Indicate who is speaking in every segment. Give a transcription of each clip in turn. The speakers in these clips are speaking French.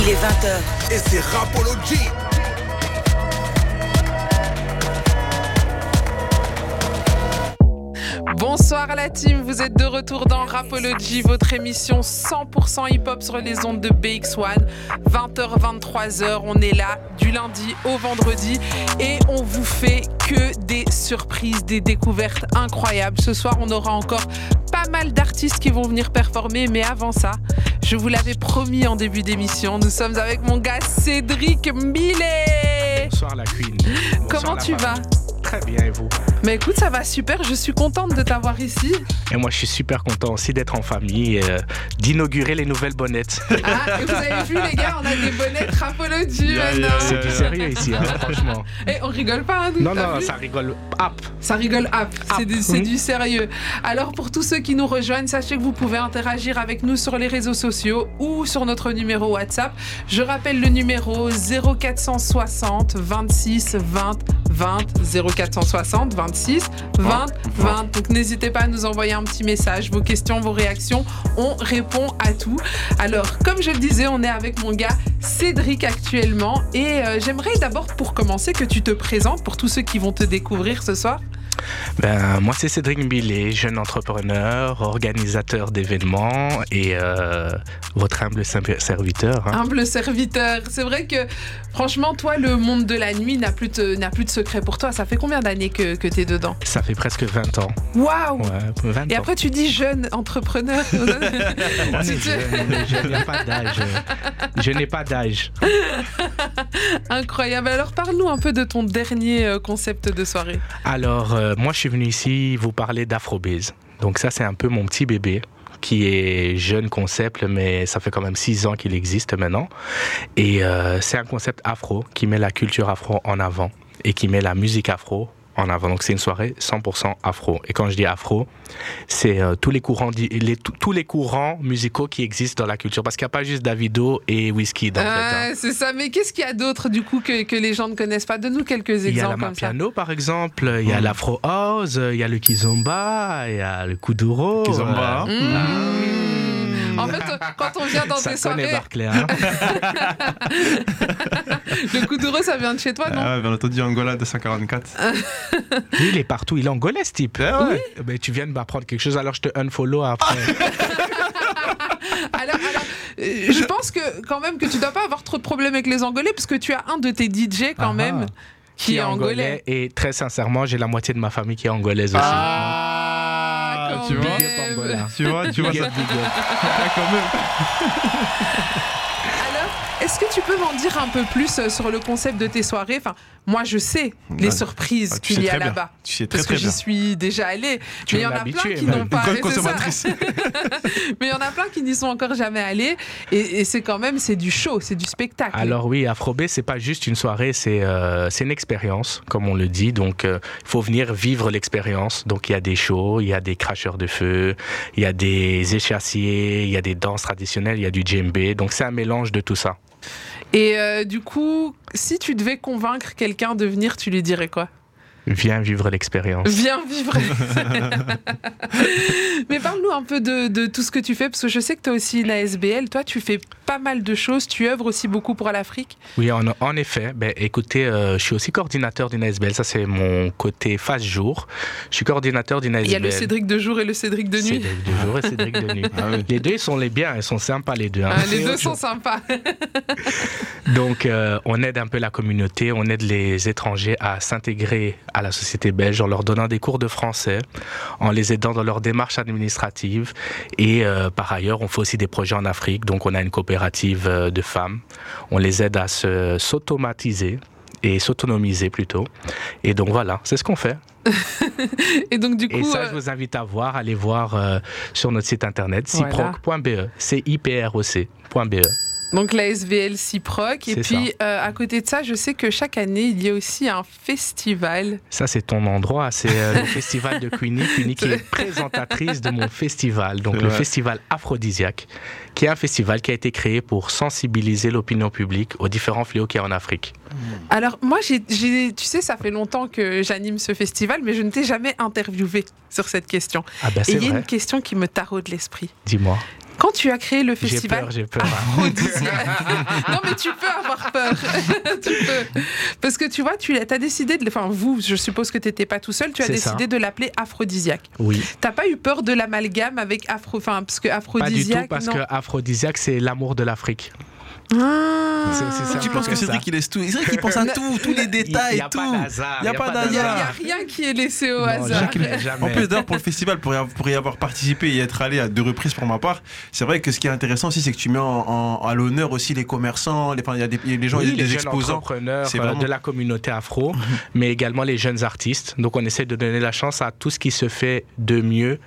Speaker 1: Il est 20h.
Speaker 2: et c'est Rapology.
Speaker 3: Bonsoir à la team, vous êtes de retour dans Rapology, votre émission 100% hip-hop sur les ondes de BX1. 20h, 23h, on est là du lundi au vendredi et on vous fait que des surprises, des découvertes incroyables. Ce soir, on aura encore pas mal d'artistes qui vont venir performer, mais avant ça, je vous l'avais promis en début d'émission, nous sommes avec mon gars Cédric Millet.
Speaker 4: Bonsoir la Queen. Bonsoir,
Speaker 3: Comment
Speaker 4: la
Speaker 3: tu vas
Speaker 4: famille. Très bien et vous
Speaker 3: Mais écoute, ça va super, je suis contente de t'avoir ici.
Speaker 4: Et moi je suis super content aussi d'être en famille, et, euh, d'inaugurer les nouvelles bonnettes.
Speaker 3: Ah, et vous avez vu les gars, on a des bonnets Rapology
Speaker 5: Yeah, yeah,
Speaker 3: maintenant.
Speaker 4: C'est du sérieux ici, hein, franchement.
Speaker 3: Et on rigole pas, hein, nous,
Speaker 4: Non,
Speaker 3: t'as
Speaker 4: non,
Speaker 3: vu
Speaker 4: ça rigole. Hop
Speaker 3: ça rigole up, c'est du, c'est
Speaker 4: oui.
Speaker 3: du sérieux. Alors pour tous ceux qui nous rejoignent, sachez que vous pouvez interagir avec nous sur les réseaux sociaux ou sur notre numéro WhatsApp. Je rappelle le numéro 0460 26 20 20 0460 26 20 20. Donc n'hésitez pas à nous envoyer un petit message, vos questions, vos réactions, on répond à tout. Alors comme je le disais, on est avec mon gars Cédric actuellement et euh, j'aimerais d'abord pour commencer que tu te présentes pour tous ceux qui vont te découvrir ce soir.
Speaker 4: Ben, moi, c'est Cédric Millet, jeune entrepreneur, organisateur d'événements et euh, votre humble simp- serviteur. hein.
Speaker 3: Humble serviteur. C'est vrai que, franchement, toi, le monde de la nuit n'a plus, de- n'a plus de secret pour toi. Ça fait combien d'années que, que t'es dedans
Speaker 4: Ça fait presque 20 ans.
Speaker 3: Waouh
Speaker 4: Ouais, 20
Speaker 3: Et
Speaker 4: ans.
Speaker 3: après, tu dis jeune entrepreneur.
Speaker 4: On
Speaker 3: tu
Speaker 4: est
Speaker 3: te-
Speaker 4: jeune, je n'ai pas d'âge. Je n'ai pas d'âge.
Speaker 3: Incroyable. Alors, parle-nous un peu de ton dernier euh, concept de soirée.
Speaker 4: Alors, euh, moi, je suis venu ici vous parler d'Afrobase. Donc ça, c'est un peu mon petit bébé qui est jeune concept, mais ça fait quand même six ans qu'il existe maintenant. Et euh, c'est un concept afro qui met la culture afro en avant et qui met la musique afro en avant. Donc c'est une soirée 100% afro. Et quand je dis afro, c'est euh, tous les courants di- les- tous- tous les courants musicaux qui existent dans la culture. Parce qu'il n'y a pas juste Davido et Whiskey dans le fait, hein.
Speaker 3: Ah, C'est ça. Mais qu'est-ce qu'il y a d'autre, du coup, que, que les gens ne connaissent pas Donne-nous quelques
Speaker 4: Il y a la
Speaker 3: exemples comme ça.
Speaker 4: Mapiano, par exemple, il y a
Speaker 5: Mm.
Speaker 4: l'Afro House, il y a le Kizomba, il y a le Kuduro.
Speaker 5: Kizomba,
Speaker 4: euh,
Speaker 3: Mmh. En fait, euh, quand on vient dans
Speaker 4: Ah. ça
Speaker 3: tes
Speaker 4: connaît
Speaker 3: soirées,
Speaker 4: Barclay. hein.
Speaker 3: le coup d'heureux, ça vient de chez toi, non Ah,
Speaker 5: Ah ouais, bien entendu, Angola 244.
Speaker 4: Lui, il est partout, il est angolais, ce type.
Speaker 5: Ah ouais.
Speaker 4: Mais tu viens de m'apprendre quelque chose, alors je te unfollow après.
Speaker 3: Alors, alors, euh, je pense que quand même que tu dois pas avoir trop de problèmes avec les Angolais parce que tu as un de tes DJ quand
Speaker 4: Ah
Speaker 3: même
Speaker 4: ah.
Speaker 3: qui, est angolais.
Speaker 4: Et très sincèrement, j'ai la moitié de ma famille qui est angolaise aussi.
Speaker 3: Ah,
Speaker 5: tu vois
Speaker 3: même.
Speaker 4: Yep, Angola.
Speaker 5: Tu vois, tu vois,
Speaker 4: Yep,
Speaker 5: ça
Speaker 4: big up.
Speaker 5: Ah, quand même.
Speaker 3: Alors, est-ce que tu peux m'en dire un peu plus euh, sur le concept de tes soirées Enfin, moi je sais les
Speaker 5: Ouais.
Speaker 3: surprises
Speaker 5: Ah, tu
Speaker 3: qu'il
Speaker 5: sais
Speaker 3: y a
Speaker 5: très bien.
Speaker 3: là-bas.
Speaker 5: Tu sais très
Speaker 3: Parce que
Speaker 5: très
Speaker 3: j'y
Speaker 5: bien.
Speaker 3: suis déjà allée,
Speaker 4: Tu
Speaker 3: mais il
Speaker 4: es
Speaker 3: y en a plein
Speaker 4: l'habitué,
Speaker 3: qui
Speaker 4: même.
Speaker 3: n'ont
Speaker 1: Ah,
Speaker 3: pas.
Speaker 5: Une
Speaker 3: c'est
Speaker 5: bonne
Speaker 3: ça.
Speaker 5: consommatrice.
Speaker 3: Mais il y en a plein qui n'y sont encore jamais allés. Et, et c'est quand même, c'est du show, c'est du spectacle.
Speaker 4: Alors oui, Afrobé, c'est pas juste une soirée, c'est euh, c'est une expérience, comme on le dit. Donc, il faut venir vivre l'expérience. Donc, il y a des shows, il y a des cracheurs de feu, il y a des échassiers, il y a des danses traditionnelles, il y a du djembé. Donc, c'est un mélange de tout ça.
Speaker 3: Et euh, du coup, si tu devais convaincre quelqu'un de venir, tu lui dirais quoi
Speaker 4: Viens vivre l'expérience.
Speaker 3: Viens vivre. Mais parle-nous un peu de, de tout ce que tu fais, parce que je sais que tu as aussi une ASBL. Toi, tu fais pas mal de choses. Tu œuvres aussi beaucoup pour l'Afrique.
Speaker 4: Oui, en, en effet. Ben, écoutez, euh, je suis aussi coordinateur d'une ASBL. Ça, c'est mon côté face jour. Je suis coordinateur d'une ASBL.
Speaker 3: Il y a le Cédric de jour et le Cédric de nuit.
Speaker 4: Cédric de jour et Cédric de nuit.
Speaker 5: Ah oui.
Speaker 4: Les deux, ils sont les biens, ils sont sympas les deux. hein.
Speaker 3: Hein, les
Speaker 4: C'est
Speaker 3: deux
Speaker 4: autre
Speaker 3: sont sympas.
Speaker 4: Donc, euh, on aide un peu la communauté, on aide les étrangers à s'intégrer à la société belge en leur donnant des cours de français, en les aidant dans leur démarche administrative. Et euh, par ailleurs, on fait aussi des projets en Afrique. Donc, on a une coopérative euh, de femmes. On les aide à se- s'automatiser et s'autonomiser plutôt. Et donc, voilà, c'est ce qu'on fait.
Speaker 3: Et donc, du
Speaker 4: Et
Speaker 3: coup,
Speaker 4: ça,
Speaker 3: euh,
Speaker 4: je vous invite à voir, allez voir euh, sur notre site internet,
Speaker 3: Voilà.
Speaker 4: ciproc.be, C-I-P-R-O-C.be.
Speaker 3: donc l'ASBL Ciproc. Et
Speaker 4: C'est
Speaker 3: puis, euh, à côté de ça, je sais que chaque année, il y a aussi un festival.
Speaker 4: Ça, c'est ton endroit. C'est euh, le festival de Queenie. Queenie qui est présentatrice de mon festival, donc
Speaker 5: C'est
Speaker 4: le
Speaker 5: vrai.
Speaker 4: festival Aphrodisiaque, qui est un festival qui a été créé pour sensibiliser l'opinion publique aux différents fléaux qu'il y a en Afrique.
Speaker 3: Alors, moi, j'ai, j'ai- tu sais, ça fait longtemps que j'anime ce festival, mais je ne t'ai jamais interviewé sur cette question.
Speaker 4: Ah ben,
Speaker 3: Et
Speaker 4: c'est
Speaker 3: il y a
Speaker 4: vrai.
Speaker 3: une question qui me taraude l'esprit.
Speaker 4: Dis-moi.
Speaker 3: Quand tu as créé le
Speaker 4: J'ai
Speaker 3: festival Ah.
Speaker 4: peur, j'ai peur.
Speaker 3: non, mais tu peux avoir peur. tu peux. Parce que tu vois, tu as décidé de. Enfin, vous, je suppose que tu n'étais pas tout seul, tu as
Speaker 4: C'est ça.
Speaker 3: décidé de l'appeler aphrodisiaque.
Speaker 4: Oui.
Speaker 3: T'as pas eu peur de l'amalgame avec Afro. Enfin, parce que
Speaker 4: Pas du tout,
Speaker 3: aphrodisiaque.
Speaker 4: parce
Speaker 3: non.
Speaker 4: que aphrodisiaque, c'est l'amour de l'afrique.
Speaker 3: Ah.
Speaker 4: C'est- c'est ça.
Speaker 1: Tu penses que
Speaker 4: C'est
Speaker 1: Cédric, il laisse tout. Cédric, il pense à tout, tous les
Speaker 4: Il y a- il
Speaker 1: détails
Speaker 4: y
Speaker 1: et
Speaker 4: a
Speaker 1: tout.
Speaker 4: pas d'hasard.
Speaker 1: Il y a pas
Speaker 3: Il n'y a,
Speaker 1: d'hasard.
Speaker 3: y a rien qui est laissé au
Speaker 4: Ah. Non,
Speaker 3: hasard.
Speaker 4: jamais,
Speaker 5: En
Speaker 4: jamais.
Speaker 5: plus d'ailleurs pour le festival, pour y, avoir, pour y avoir participé et être allé à deux reprises pour ma part, c'est vrai que ce qui est intéressant aussi, c'est que tu mets en, en- à l'honneur aussi les commerçants, les, enfin, il y a des, il y a des gens,
Speaker 4: Oui,
Speaker 5: il y a
Speaker 4: les
Speaker 5: des
Speaker 4: jeunes
Speaker 5: exposants.
Speaker 4: entrepreneurs
Speaker 5: c'est
Speaker 4: euh,
Speaker 5: vraiment- Mhm.
Speaker 4: de la communauté afro, mais également les jeunes artistes. Donc on essaie de donner la chance à tout ce qui se fait de mieux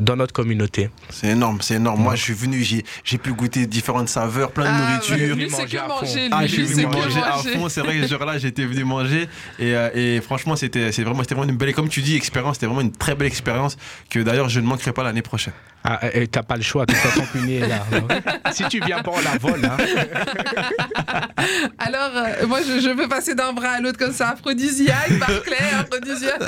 Speaker 4: dans notre communauté.
Speaker 5: C'est énorme, c'est énorme. Moi, je suis venu, j'ai j'ai pu goûter différentes saveurs, plein de
Speaker 3: Ah, ouais,
Speaker 5: nourriture.
Speaker 3: lui, c'est que
Speaker 4: Manger à fond.
Speaker 3: manger. Lui,
Speaker 5: Ah,
Speaker 3: lui,
Speaker 5: j'ai
Speaker 3: c'est
Speaker 5: venu
Speaker 3: que
Speaker 5: manger à
Speaker 3: manger.
Speaker 5: fond. C'est vrai que ce jour-là, j'étais venu manger. Et, euh, et franchement, c'était c'est vraiment, c'était vraiment une belle, comme tu dis, expérience. C'était vraiment une très belle expérience que d'ailleurs, je ne manquerai pas l'année prochaine.
Speaker 4: Ah, euh, t'as pas le choix, de toute façon, Puni est là. si tu viens pas, on la vole. hein.
Speaker 3: Alors, euh, moi, je, je peux passer d'un bras à l'autre comme ça, aphrodisiaque, Barclay, aphrodisiaque.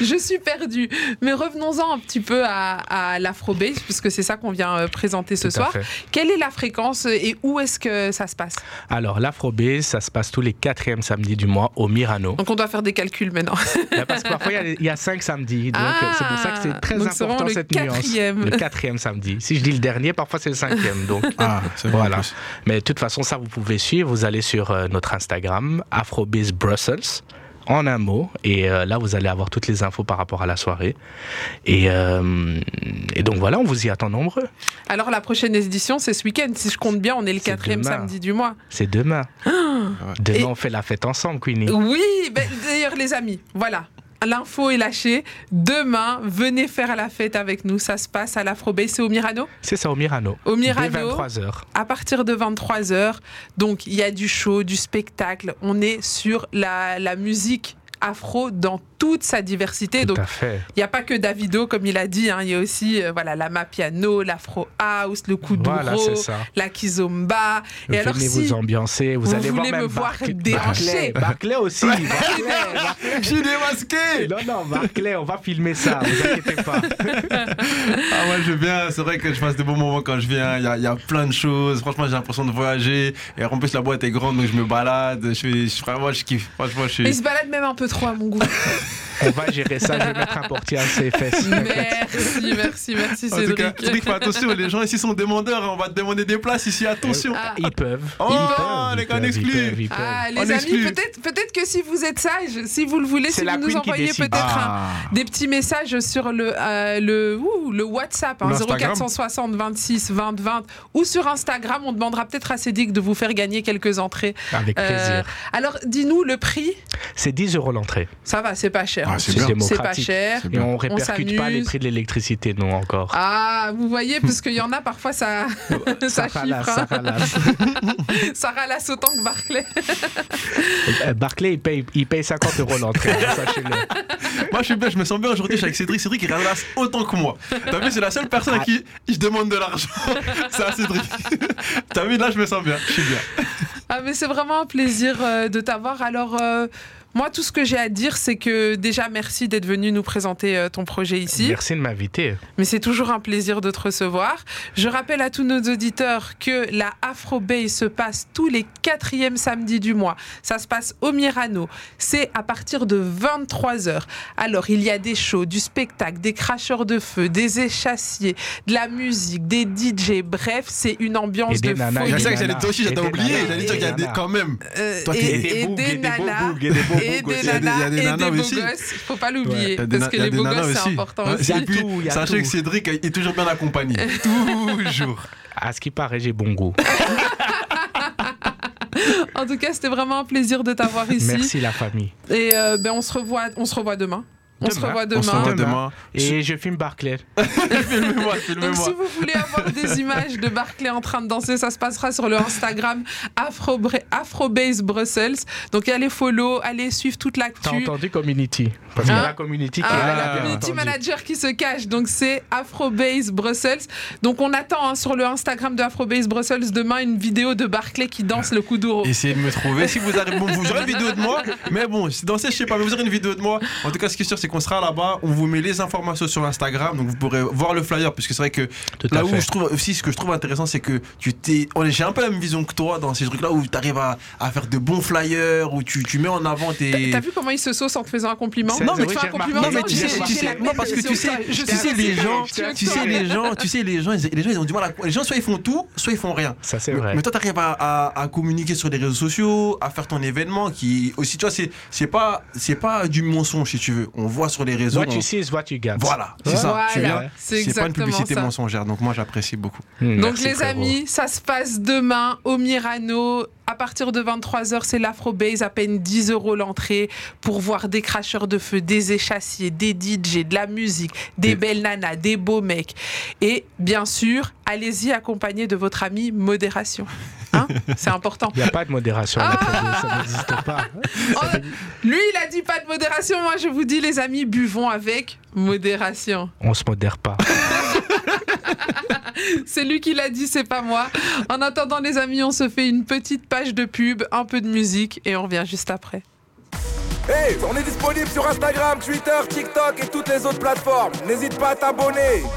Speaker 3: Je suis perdue. Mais revenons-en un petit peu à, à l'afrobase, puisque c'est ça qu'on vient euh, présenter ce
Speaker 4: Tout à
Speaker 3: soir.
Speaker 4: fait.
Speaker 3: Quelle est la fréquence et où est-ce que ça se passe
Speaker 4: Alors, l'Afrobase, ça se passe tous les quatrièmes samedis du mois au Mirano.
Speaker 3: Donc, on doit faire des calculs maintenant.
Speaker 4: Là, Parce que parfois, il y a- il y, a cinq samedis. Donc,
Speaker 3: Ah,
Speaker 4: euh, c'est pour ça que c'est très
Speaker 3: donc c'est
Speaker 4: important
Speaker 3: vraiment le
Speaker 4: cette
Speaker 3: quatrième.
Speaker 4: nuance. Le quatrième samedi. Si je dis le dernier, parfois c'est le cinquième. Donc,
Speaker 5: Ah, c'est
Speaker 4: bon, en
Speaker 5: Voilà.
Speaker 4: plus. Mais de toute façon, ça, vous pouvez suivre. Vous allez sur euh, notre Instagram, Afrobase Brussels, en un mot. Et euh, là, vous allez avoir toutes les infos par rapport à la soirée. Et, euh, et donc, voilà, on vous y attend nombreux.
Speaker 3: Alors, la prochaine édition, c'est ce week-end. Si je compte bien, on est le
Speaker 4: C'est
Speaker 3: quatrième
Speaker 4: demain.
Speaker 3: samedi du mois.
Speaker 4: C'est demain. Demain,
Speaker 3: Ah Et-
Speaker 4: on fait la fête ensemble, Queenie.
Speaker 3: Oui, ben, d'ailleurs les amis, voilà. L'info est lâchée. Demain, venez faire la fête avec nous. Ça se passe à l'Afrobay, c'est au Mirano.
Speaker 4: C'est ça, au Mirano.
Speaker 3: Au Mirano.
Speaker 4: Dès 23h.
Speaker 3: À partir de 23h, donc il y a du show, du spectacle. On est sur la, la musique afro dans toute sa diversité.
Speaker 4: Tout
Speaker 3: Donc
Speaker 4: à fait.
Speaker 3: il n'y a pas que Davido, comme il a dit. hein. Il y a aussi euh, voilà, la mapiano, l'afro house, le kuduro,
Speaker 4: Voilà, c'est ça.
Speaker 3: la kizomba. Et
Speaker 4: Venez
Speaker 3: alors
Speaker 4: vous
Speaker 3: si
Speaker 4: ambiancer, vous,
Speaker 3: vous
Speaker 4: allez voir
Speaker 3: voulez
Speaker 4: même
Speaker 3: me voir
Speaker 4: Barclay-
Speaker 3: déhancher.
Speaker 4: Barclay, Barclay aussi. Barclay.
Speaker 5: Je suis démasqué
Speaker 4: Non, non, Barclay, on va filmer ça, vous inquiétez pas.
Speaker 5: Ah ouais, je viens, c'est vrai que je passe de bons moments quand je viens, il y a, il y a plein de choses, franchement j'ai l'impression de voyager, et en plus la boîte est grande donc je me balade, je suis, je- vraiment je kiffe, franchement je
Speaker 3: il
Speaker 5: suis...
Speaker 3: se balade même un peu trop à mon goût.
Speaker 4: On va gérer ça, je vais mettre un portier à ses fesses.
Speaker 3: Merci, merci, merci
Speaker 5: En tout
Speaker 3: Cédric.
Speaker 5: cas, Cédric, fais attention, les gens ici sont demandeurs, hein, on va te demander des places ici, attention
Speaker 3: Ah.
Speaker 4: Ils peuvent.
Speaker 5: Oh,
Speaker 4: ils peuvent,
Speaker 5: les
Speaker 4: ils
Speaker 5: gars, on
Speaker 4: peuvent,
Speaker 5: exclut.
Speaker 4: Ils peuvent, ils peuvent.
Speaker 3: Ah, les
Speaker 5: On
Speaker 3: amis,
Speaker 5: exclut.
Speaker 3: peut-être peut-être que si vous êtes sages, si vous le voulez,
Speaker 4: C'est
Speaker 3: si
Speaker 4: la
Speaker 3: vous nous
Speaker 4: queen qui
Speaker 3: envoyez
Speaker 4: décide. Ah.
Speaker 3: peut-être un-
Speaker 5: Ah.
Speaker 3: des petits messages sur le, euh, le, ouh, le WhatsApp hein,
Speaker 5: L'Instagram.
Speaker 3: 0460 26 20 20 ou sur Instagram, on demandera peut-être à Cédric de vous faire gagner quelques entrées.
Speaker 4: Ah, Avec
Speaker 3: Euh,
Speaker 4: plaisir.
Speaker 3: alors, dis-nous le prix.
Speaker 4: C'est 10 euros l'entrée.
Speaker 3: Ça va, c'est pas cher.
Speaker 5: Ah, c'est
Speaker 4: bien.
Speaker 3: C'est pas
Speaker 4: démocratique.
Speaker 3: cher.
Speaker 4: Et on répercute pas les
Speaker 3: s'amuse.
Speaker 4: prix de l'électricité, non, encore.
Speaker 3: Ah, vous voyez, parce qu'il y en a parfois, ça, ça,
Speaker 4: ralasse,
Speaker 3: chiffre.
Speaker 4: ça
Speaker 3: hein.
Speaker 4: ralasse.
Speaker 3: Ça ralasse autant que Barclay.
Speaker 4: Euh, Barclay, il paye, il paye 50 euros l'entrée, hein, sachez-le.
Speaker 5: Moi je suis bien, je me sens bien aujourd'hui, je suis avec Cédric, Cédric il ramasse autant que moi. T'as vu, c'est la seule personne à qui je demande de l'argent, c'est à Cédric. T'as vu, là je me sens bien, je suis bien.
Speaker 3: Ah mais c'est vraiment un plaisir euh, de t'avoir. Alors euh, moi tout ce que j'ai à dire c'est que déjà merci d'être venu nous présenter euh, ton projet ici.
Speaker 4: Merci de m'inviter.
Speaker 3: Mais c'est toujours un plaisir de te recevoir. Je rappelle à tous nos auditeurs que la Afro Bay se passe tous les quatrièmes samedis du mois. Ça se passe au Mirano. C'est à partir de 23h. Alors, il y a des shows, du spectacle, des cracheurs de feu, des échassiers, de la musique, des DJ. Bref, c'est une ambiance
Speaker 4: Et des
Speaker 3: de
Speaker 4: nanas,
Speaker 3: folie.
Speaker 4: il y a
Speaker 5: C'est
Speaker 4: des
Speaker 5: ça que j'allais te
Speaker 4: nanas.
Speaker 5: aussi, j'étais
Speaker 4: Et des
Speaker 5: oublié,
Speaker 4: nanas.
Speaker 5: j'allais dire qu'il y a
Speaker 4: Et
Speaker 5: des
Speaker 4: des
Speaker 5: quand même.
Speaker 3: Euh,
Speaker 5: Toi, t'es-
Speaker 3: et,
Speaker 5: et des
Speaker 3: et
Speaker 5: bougs,
Speaker 3: des
Speaker 5: et des beaux
Speaker 3: nanas,
Speaker 5: bougs, et des beaux
Speaker 3: et
Speaker 5: bougs
Speaker 3: des
Speaker 5: aussi. Il y a des- il y
Speaker 3: nanas,
Speaker 5: a des
Speaker 3: et
Speaker 5: nanas
Speaker 3: des beaux
Speaker 5: aussi.
Speaker 3: gosses. Faut pas l'oublier,
Speaker 5: Il y a des
Speaker 3: parce que
Speaker 5: na- il y
Speaker 3: les
Speaker 5: a des
Speaker 3: beaux
Speaker 5: nanas
Speaker 3: gosses, c'est
Speaker 5: aussi.
Speaker 3: important
Speaker 5: Ouais,
Speaker 3: aussi.
Speaker 5: et
Speaker 4: Il y a
Speaker 5: puis,
Speaker 4: tout, il y a
Speaker 5: sachez
Speaker 4: tout.
Speaker 5: que Cédric est toujours bien accompagné. toujours.
Speaker 4: À ce qui paraît, j'ai bon goût.
Speaker 3: En tout cas, c'était vraiment un plaisir de t'avoir ici.
Speaker 4: Merci la famille.
Speaker 3: Et euh, ben, on se revoit, on se revoit demain. On se
Speaker 4: Demain.
Speaker 3: revoit
Speaker 5: On se revoit
Speaker 3: demain.
Speaker 5: demain.
Speaker 4: Et je filme Barclay.
Speaker 5: Filmez-moi,
Speaker 3: Donc,
Speaker 5: filmez-moi.
Speaker 3: si vous voulez avoir des images de Barclay en train de danser, ça se passera sur le Instagram Afro Afrobase Brussels. Donc, allez follow, allez suivre toute
Speaker 4: T'as
Speaker 3: l'actu.
Speaker 4: entendu Community Parce qu'il y
Speaker 3: Hein
Speaker 4: a la Community qui
Speaker 3: Ah,
Speaker 4: est là,
Speaker 3: la
Speaker 4: bien
Speaker 3: community
Speaker 4: entendu.
Speaker 3: manager qui se cache, donc c'est Afrobase Brussels. Donc on attend hein, sur le Instagram de Afrobase Brussels demain une vidéo de Barclay qui danse le coup
Speaker 4: Oh.
Speaker 3: d'euro.
Speaker 5: Essayez de me trouver. Si vous arrivez, bon, vous aurez une vidéo de moi. Mais bon, si dansez, je sais pas, mais vous aurez une vidéo de moi. En tout cas, ce qui est sûr, c'est qu'on sera là-bas. On vous met les informations sur Instagram, donc vous pourrez voir le flyer, puisque c'est vrai que
Speaker 4: Tout à
Speaker 5: là où
Speaker 4: fait.
Speaker 5: je trouve aussi ce que je trouve intéressant, c'est que tu t'es, on est- j'ai un peu la même vision que toi dans ces trucs-là où tu arrives à, à faire de bons flyers, où tu, tu mets en avant
Speaker 3: T'as
Speaker 5: tes.
Speaker 3: t'as vu comment il se sauce en te faisant un compliment
Speaker 4: C'est- Non, mais
Speaker 3: tu
Speaker 4: oui,
Speaker 3: fais un
Speaker 4: j'ai remarqué.
Speaker 3: compliment.
Speaker 5: Non, mais
Speaker 3: non,
Speaker 5: tu
Speaker 3: j'ai-
Speaker 5: sais, tu
Speaker 3: j'ai
Speaker 5: sais-
Speaker 3: la
Speaker 5: non,
Speaker 3: même
Speaker 5: parce que tu
Speaker 3: impression
Speaker 5: sais-
Speaker 3: que toi. Je
Speaker 5: tu sais
Speaker 3: suis
Speaker 5: les
Speaker 3: assez
Speaker 5: gens,
Speaker 3: convaincue
Speaker 5: tu
Speaker 3: que toi.
Speaker 5: sais les gens, tu sais les gens, ils- les gens ils ont du mal à les gens soit ils font tout, soit ils font rien.
Speaker 4: Ça, c'est
Speaker 5: Mais-
Speaker 4: vrai.
Speaker 5: Mais toi, t'arrives à, à, à communiquer sur les réseaux sociaux, à faire ton événement qui aussi, tu vois, c'est c'est pas c'est pas du mensonge si tu veux. On voit sur les réseaux.
Speaker 4: What
Speaker 5: on-
Speaker 4: you see is what you get.
Speaker 5: Voilà, c'est
Speaker 4: Ouais.
Speaker 5: ça. tu
Speaker 3: Voilà,
Speaker 5: viens.
Speaker 3: c'est
Speaker 5: C'est pas une
Speaker 3: exactement
Speaker 5: publicité
Speaker 3: ça.
Speaker 5: mensongère, donc moi j'apprécie beaucoup.
Speaker 4: Hmm,
Speaker 3: Donc
Speaker 4: merci,
Speaker 3: les
Speaker 4: frérot.
Speaker 3: amis, ça se passe demain au Mirano. À partir de 23h, c'est l'Afrobase, à peine 10 euros l'entrée pour voir des cracheurs de feu, des échassiers, des DJ, de la musique, des
Speaker 5: Des-
Speaker 3: belles nanas, des beaux mecs. Et bien sûr, allez-y accompagné de votre ami modération. Hein c'est important.
Speaker 4: Il n'y a pas de modération.
Speaker 3: Ah.
Speaker 4: à la Afrobeat, ça n'existe pas.
Speaker 3: Oh, lui, il a dit pas de modération. Moi, je vous dis, les amis, buvons avec modération.
Speaker 4: On se modère pas.
Speaker 3: C'est lui qui l'a dit, c'est pas moi. En attendant, les amis, on se fait une petite page de pub, un peu de musique et on revient juste après.
Speaker 2: Hey, on est disponible sur Instagram, Twitter, TikTok et toutes les autres plateformes. N'hésite pas à t'abonner.